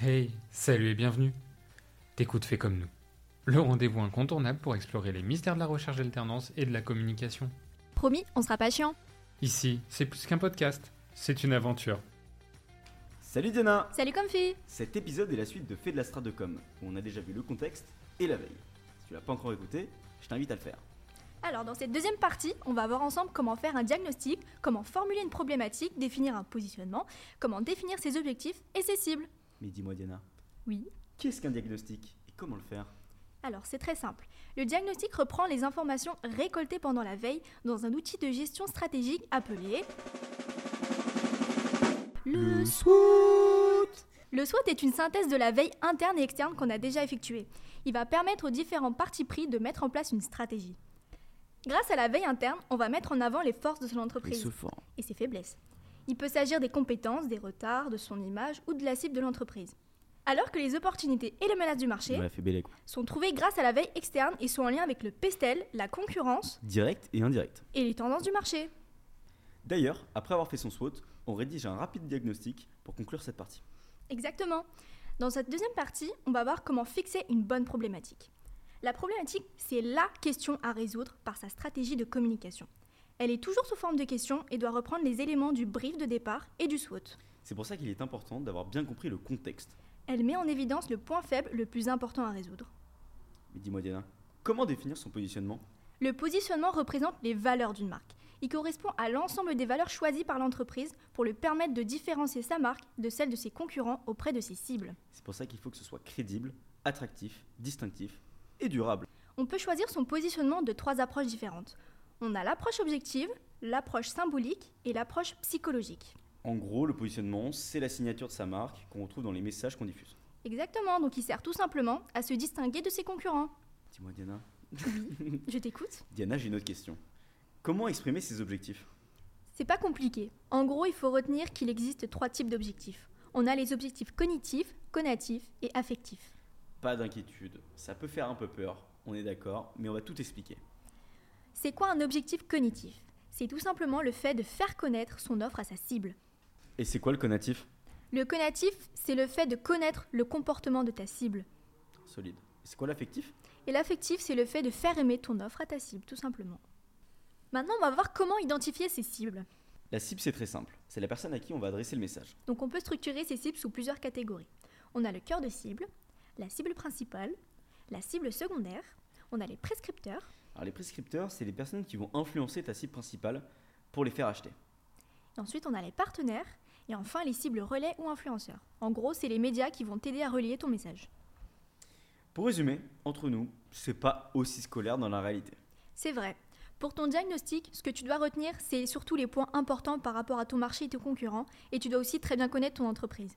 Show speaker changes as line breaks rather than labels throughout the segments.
Hey, salut et bienvenue. T'écoutes Fait comme nous. Le rendez-vous incontournable pour explorer les mystères de la recherche d'alternance et de la communication.
Promis, on sera patient.
Ici, c'est plus qu'un podcast, c'est une aventure.
Salut Diana
Salut Comfy
Cet épisode est la suite de Fait de la Stratocom, où on a déjà vu le contexte et la veille. Si tu l'as pas encore écouté, je t'invite à le faire.
Alors, dans cette deuxième partie, on va voir ensemble comment faire un diagnostic, comment formuler une problématique, définir un positionnement, comment définir ses objectifs et ses cibles.
Mais dis-moi Diana,
Oui.
qu'est-ce qu'un diagnostic et comment le faire
Alors, c'est très simple. Le diagnostic reprend les informations récoltées pendant la veille dans un outil de gestion stratégique appelé. Le SWOT Le SWOT est une synthèse de la veille interne et externe qu'on a déjà effectuée. Il va permettre aux différents partis pris de mettre en place une stratégie. Grâce à la veille interne, on va mettre en avant les forces de son entreprise. et ses faiblesses. Il peut s'agir des compétences, des retards, de son image ou de la cible de l'entreprise. Alors que les opportunités et les menaces du marché
fait bélec.
sont trouvées grâce à la veille externe et sont en lien avec le pestel, la concurrence
Direct et indirect.
et les tendances du marché.
D'ailleurs, après avoir fait son SWOT, on rédige un rapide diagnostic pour conclure cette partie.
Exactement. Dans cette deuxième partie, on va voir comment fixer une bonne problématique. La problématique, c'est LA question à résoudre par sa stratégie de communication. Elle est toujours sous forme de question et doit reprendre les éléments du brief de départ et du SWOT.
C'est pour ça qu'il est important d'avoir bien compris le contexte.
Elle met en évidence le point faible le plus important à résoudre.
Mais dis-moi Diana, comment définir son positionnement
Le positionnement représente les valeurs d'une marque. Il correspond à l'ensemble des valeurs choisies par l'entreprise pour lui permettre de différencier sa marque de celle de ses concurrents auprès de ses cibles.
C'est pour ça qu'il faut que ce soit crédible, attractif, distinctif et durable.
On peut choisir son positionnement de trois approches différentes. On a l'approche objective, l'approche symbolique et l'approche psychologique.
En gros, le positionnement, c'est la signature de sa marque qu'on retrouve dans les messages qu'on diffuse.
Exactement, donc il sert tout simplement à se distinguer de ses concurrents.
Dis-moi Diana.
Je t'écoute
Diana, j'ai une autre question. Comment exprimer ses objectifs
C'est pas compliqué. En gros, il faut retenir qu'il existe trois types d'objectifs. On a les objectifs cognitifs, conatifs et affectifs.
Pas d'inquiétude, ça peut faire un peu peur, on est d'accord, mais on va tout expliquer.
C'est quoi un objectif cognitif C'est tout simplement le fait de faire connaître son offre à sa cible.
Et c'est quoi le conatif
Le conatif, c'est le fait de connaître le comportement de ta cible.
Solide. Et c'est quoi l'affectif
Et l'affectif, c'est le fait de faire aimer ton offre à ta cible, tout simplement. Maintenant, on va voir comment identifier ses cibles.
La cible, c'est très simple, c'est la personne à qui on va adresser le message.
Donc on peut structurer ces cibles sous plusieurs catégories. On a le cœur de cible, la cible principale, la cible secondaire, on a les prescripteurs,
Alors les prescripteurs, c'est les personnes qui vont influencer ta cible principale pour les faire acheter.
et ensuite on a les partenaires, et enfin les cibles relais ou influenceurs. En gros, c'est les médias qui vont t'aider à relier ton message.
Pour résumer, entre nous, c'est pas aussi scolaire dans la réalité.
C'est vrai. Pour ton diagnostic, ce que tu dois retenir, c'est surtout les points importants par rapport à ton marché et tes concurrents, et tu dois aussi très bien connaître ton entreprise.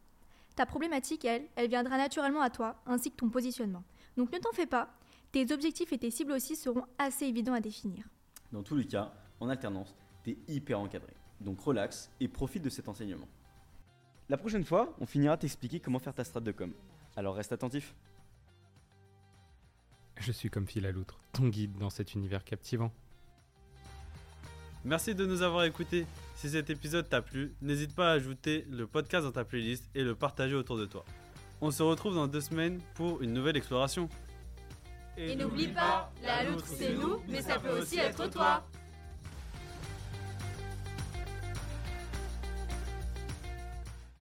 Ta problématique, elle, elle viendra naturellement à toi, ainsi que ton positionnement. Donc ne t'en fais pas, tes objectifs et tes cibles aussi seront assez évidents à définir.
Dans tous les cas, en alternance, t'es hyper encadré. Donc relax et profite de cet enseignement. La prochaine fois, on finira de t'expliquer comment faire ta strat de com. Alors reste attentif.
Je suis comme fil à l'outre, ton guide dans cet univers captivant.
Merci de nous avoir écoutés. Si cet épisode t'a plu, n'hésite pas à ajouter le podcast dans ta playlist et le partager autour de toi. On se retrouve dans deux semaines pour une nouvelle exploration.
Et n'oublie pas, la loutre c'est nous, mais ça peut aussi être toi.